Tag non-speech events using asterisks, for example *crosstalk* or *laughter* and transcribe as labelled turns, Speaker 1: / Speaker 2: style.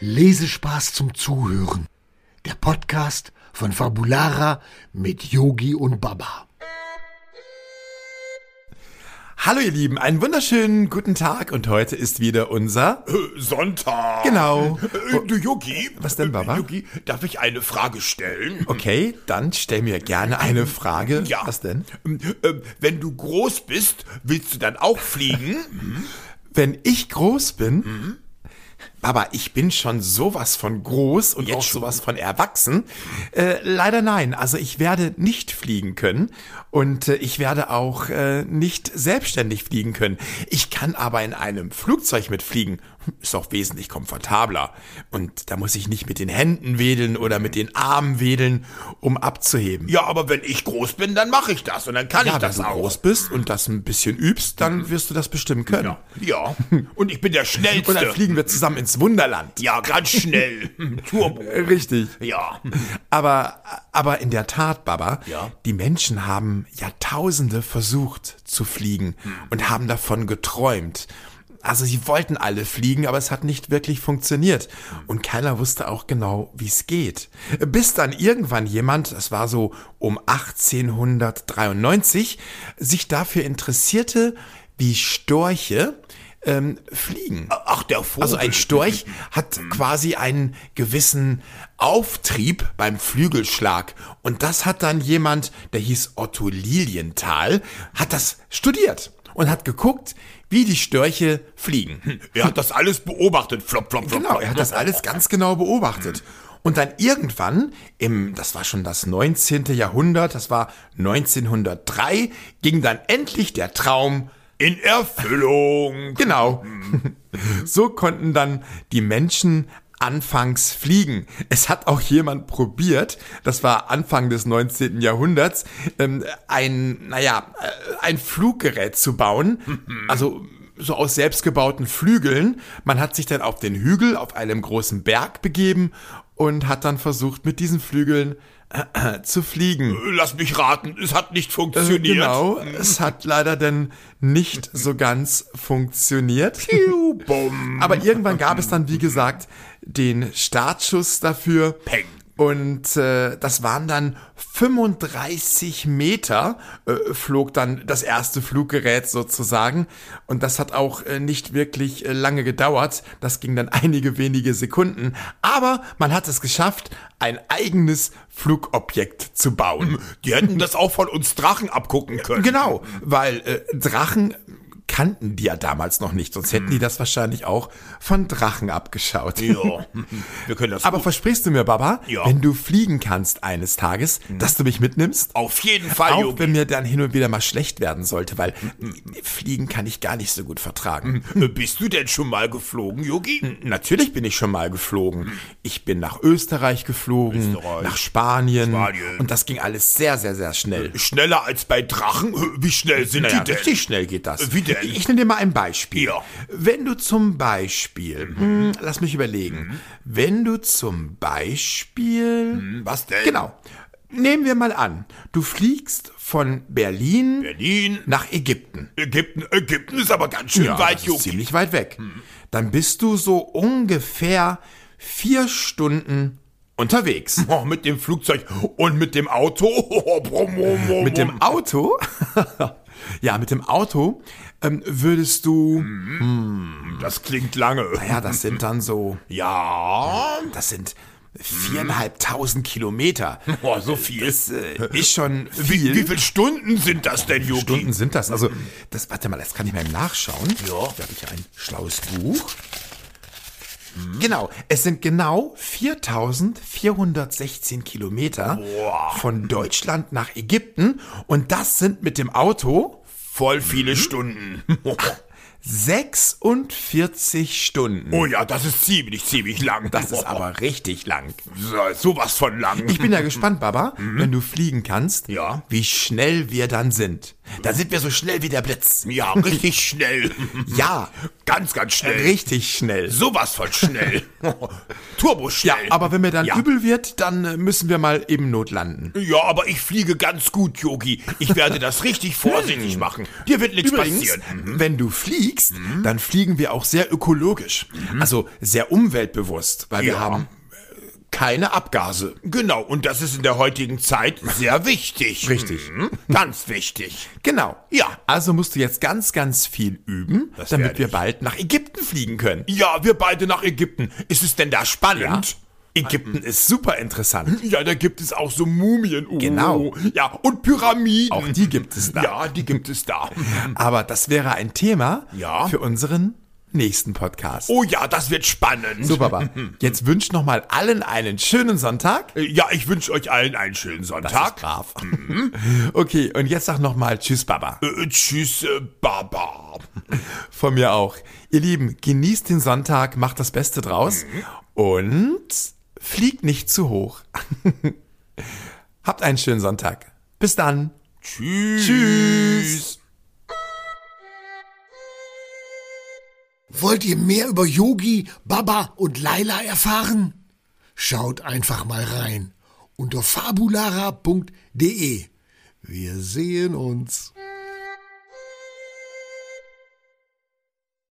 Speaker 1: Lesespaß zum Zuhören. Der Podcast von Fabulara mit Yogi und Baba.
Speaker 2: Hallo ihr Lieben, einen wunderschönen guten Tag und heute ist wieder unser...
Speaker 3: Sonntag.
Speaker 2: Genau.
Speaker 3: Äh, du Yogi.
Speaker 2: Was denn, Baba?
Speaker 3: Äh, Yogi, darf ich eine Frage stellen?
Speaker 2: Okay, dann stell mir gerne eine Frage.
Speaker 3: äh, Ja.
Speaker 2: Was denn?
Speaker 3: Ähm, ähm, Wenn du groß bist, willst du dann auch fliegen?
Speaker 2: Wenn ich groß bin...
Speaker 3: Mhm.
Speaker 2: Baba, ich bin schon sowas von groß und
Speaker 3: Jetzt
Speaker 2: auch
Speaker 3: schon?
Speaker 2: sowas von erwachsen. Äh, leider nein, also ich werde nicht fliegen können und äh, ich werde auch äh, nicht selbstständig fliegen können. Ich kann aber in einem Flugzeug mitfliegen. Ist auch wesentlich komfortabler. Und da muss ich nicht mit den Händen wedeln oder mit den Armen wedeln, um abzuheben.
Speaker 3: ja, aber wenn ich groß bin, dann mache ich das und dann kann
Speaker 2: Ja,
Speaker 3: ich
Speaker 2: wenn
Speaker 3: das
Speaker 2: du
Speaker 3: auch. Mhm.
Speaker 2: groß bist und das ein bisschen übst, dann wirst du das bestimmt können.
Speaker 3: Ja. ja. Und ich bin
Speaker 2: *laughs*
Speaker 3: der
Speaker 2: Und dann
Speaker 3: Schnellste.
Speaker 2: fliegen wir zusammen ins Wunderland.
Speaker 3: ja, ganz schnell. Turbo.
Speaker 2: Äh, Richtig.
Speaker 3: Ja.
Speaker 2: Aber, aber in der Tat, Baba,
Speaker 3: Ja.
Speaker 2: die Menschen haben Jahrtausende versucht zu fliegen und haben davon geträumt. Also sie wollten alle fliegen, aber es hat nicht wirklich funktioniert. Und keiner wusste auch genau, wie es geht. Bis dann irgendwann jemand, das war so um 1893, sich dafür interessierte, wie Storche ähm, fliegen.
Speaker 3: Ach, der Vogel.
Speaker 2: Also ein Storch hat quasi einen gewissen Auftrieb beim Flügelschlag. Und das hat dann jemand, der hieß Otto Lilienthal, hat das studiert und hat geguckt, wie die Störche fliegen. Hm.
Speaker 3: er hat das alles beobachtet. Flop, flop, flop.
Speaker 2: Genau, er hat das alles ganz genau beobachtet. Und dann irgendwann, im, das war schon das 19. Jahrhundert, das war 1903, ging dann endlich der Traum
Speaker 3: In Erfüllung.
Speaker 2: Genau. So konnten dann die Menschen anfangs fliegen. Es hat auch jemand probiert, das war Anfang des 19. Jahrhunderts, ähm, ein, naja, äh, ein Fluggerät zu bauen. Also so aus selbstgebauten Flügeln. Man hat sich dann auf den Hügel, auf einem großen Berg begeben und hat dann versucht, mit diesen Flügeln äh, äh, zu fliegen.
Speaker 3: Lass mich raten, es hat nicht
Speaker 2: Äh,
Speaker 3: funktioniert. Mhm.
Speaker 2: Genau, es hat leider dann nicht so ganz funktioniert.
Speaker 3: Piu, bumm.
Speaker 2: Aber irgendwann gab es dann, wie gesagt, den Startschuss dafür.
Speaker 3: Peng.
Speaker 2: Und äh, das waren dann 35 Meter, äh, flog dann das erste Fluggerät sozusagen. Und das hat auch äh, nicht wirklich äh, lange gedauert. Das ging dann *laughs* einige wenige Sekunden. Aber man hat es geschafft, ein eigenes Flugobjekt zu bauen.
Speaker 3: Die hätten das auch von uns Drachen abgucken können.
Speaker 2: Genau, weil äh, Drachen kannten die ja damals noch nicht, sonst hätten die das wahrscheinlich auch von Drachen abgeschaut.
Speaker 3: Mhm. Ja. Wir können das
Speaker 2: Genau. Aber
Speaker 3: gut.
Speaker 2: versprichst du mir, Baba,
Speaker 3: Ja. Mhm.
Speaker 2: wenn du fliegen kannst eines Tages, dass du mich mitnimmst?
Speaker 3: auf jeden Fall,
Speaker 2: Auch
Speaker 3: Yogi. Mhm.
Speaker 2: wenn mir dann hin und wieder mal schlecht werden sollte, weil fliegen kann ich gar nicht so gut vertragen.
Speaker 3: Äh, Bist du denn schon mal geflogen,
Speaker 2: Hm.
Speaker 3: Yogi?
Speaker 2: Natürlich bin ich schon mal geflogen. Ich bin nach Österreich geflogen,
Speaker 3: Mhm. Österreich.
Speaker 2: nach Spanien,
Speaker 3: Spanien.
Speaker 2: und das ging alles sehr, sehr, sehr schnell.
Speaker 3: Schneller als bei Drachen? Äh, Wie schnell sind
Speaker 2: Naja,
Speaker 3: die denn?
Speaker 2: richtig schnell geht das.
Speaker 3: Wie denn?
Speaker 2: Ich nenne dir mal ein Beispiel.
Speaker 3: Ja. Mhm.
Speaker 2: Wenn du zum Beispiel, hm, lass mich überlegen, wenn du zum Beispiel,
Speaker 3: Was denn?
Speaker 2: genau, nehmen wir mal an, du fliegst von Berlin,
Speaker 3: Berlin,
Speaker 2: nach Ägypten.
Speaker 3: Ägypten. Ägypten ist aber ganz schön
Speaker 2: Ja,
Speaker 3: weit,
Speaker 2: das ist
Speaker 3: Yogi.
Speaker 2: ziemlich weit weg.
Speaker 3: Mhm.
Speaker 2: Dann bist du so ungefähr vier Stunden unterwegs.
Speaker 3: Oh, mit dem Flugzeug und mit dem Auto. *laughs* Oh, brumm, brumm, brumm,
Speaker 2: Mit dem Auto, *laughs* ja, mit dem Auto ähm, würdest du,
Speaker 3: Mhm. brumm. Das klingt lange.
Speaker 2: ja, das sind dann so
Speaker 3: Ja.
Speaker 2: Das sind viereinhalbtausend
Speaker 3: *laughs*
Speaker 2: Kilometer.
Speaker 3: Oh, Mhm. so viel.
Speaker 2: Das äh, ist schon
Speaker 3: *laughs* wie,
Speaker 2: viel.
Speaker 3: wie viele Stunden sind das denn, Yogi?
Speaker 2: Stunden sind das? Also, das, warte mal, das kann ich mal nachschauen.
Speaker 3: Ja.
Speaker 2: Da habe ich ein schlaues Buch. Genau, es sind genau 4416 Kilometer von Deutschland nach Ägypten und das sind mit dem Auto Mhm.
Speaker 3: Voll
Speaker 2: *laughs*
Speaker 3: viele Stunden.
Speaker 2: 46 Stunden.
Speaker 3: Oh ja, das ist ziemlich, ziemlich lang.
Speaker 2: Das
Speaker 3: *laughs*
Speaker 2: ist aber richtig lang.
Speaker 3: So- sowas von lang.
Speaker 2: Ich bin
Speaker 3: *laughs*
Speaker 2: ja gespannt, Baba, wenn du fliegen kannst,
Speaker 3: Mhm. Ja. Mhm.
Speaker 2: wie schnell wir dann sind. Dann sind wir so schnell wie der Blitz.
Speaker 3: ja, richtig
Speaker 2: *laughs*
Speaker 3: schnell.
Speaker 2: Ja,
Speaker 3: Mhm. Ganz, ganz schnell.
Speaker 2: richtig schnell.
Speaker 3: Sowas
Speaker 2: *laughs*
Speaker 3: von schnell. Turbo
Speaker 2: Ja,
Speaker 3: schnell.
Speaker 2: aber wenn mir dann
Speaker 3: Ja.
Speaker 2: übel wird, dann äh, müssen wir mal eben notlanden.
Speaker 3: Ja, aber ich
Speaker 2: *laughs*
Speaker 3: fliege
Speaker 2: Hm.
Speaker 3: ganz gut, Yogi. Ich werde das richtig vorsichtig machen. Dir wird nichts passieren. Mhm.
Speaker 2: wenn du fliegst, fliegst, dann fliegen wir auch sehr ökologisch. Also sehr umweltbewusst, weil wir
Speaker 3: Mhm. Ja.
Speaker 2: haben äh, keine Abgase.
Speaker 3: Genau, und das ist in der heutigen Zeit sehr wichtig.
Speaker 2: Richtig.
Speaker 3: Mhm. Ganz wichtig.
Speaker 2: Genau.
Speaker 3: Ja.
Speaker 2: Also musst du jetzt ganz, ganz viel üben,
Speaker 3: Das
Speaker 2: damit
Speaker 3: werde
Speaker 2: wir
Speaker 3: ich.
Speaker 2: bald nach Ägypten fliegen können.
Speaker 3: Ja, wir beide nach Ägypten. Ist es denn da spannend?
Speaker 2: Ägypten ist super interessant.
Speaker 3: Ja, da gibt es auch so Mumien. Oh.
Speaker 2: Hm. Genau.
Speaker 3: Ja, und Pyramiden.
Speaker 2: Auch die gibt
Speaker 3: *laughs*
Speaker 2: es da.
Speaker 3: Ja, die gibt es da.
Speaker 2: Aber das wäre ein Thema
Speaker 3: Ja.
Speaker 2: für unseren nächsten Podcast.
Speaker 3: Oh ja, das wird spannend.
Speaker 2: So, Baba, jetzt wünsch noch mal allen einen schönen Sonntag.
Speaker 3: Äh, Ja, ich wünsche euch allen einen schönen Sonntag.
Speaker 2: brav. *laughs* Okay, und jetzt sag noch mal Tschüss, Baba.
Speaker 3: Äh, tschüss, äh, Baba.
Speaker 2: Von mir auch. Ihr Lieben, genießt den Sonntag, macht das Beste draus
Speaker 3: Mhm.
Speaker 2: und fliegt nicht zu hoch. *laughs* Habt einen schönen Sonntag. Bis dann.
Speaker 3: Tschüss.
Speaker 2: Tschüss.
Speaker 1: Wollt ihr mehr über Yogi, Baba und Laila erfahren? Schaut einfach mal rein unter fabulara.de. Wir sehen uns.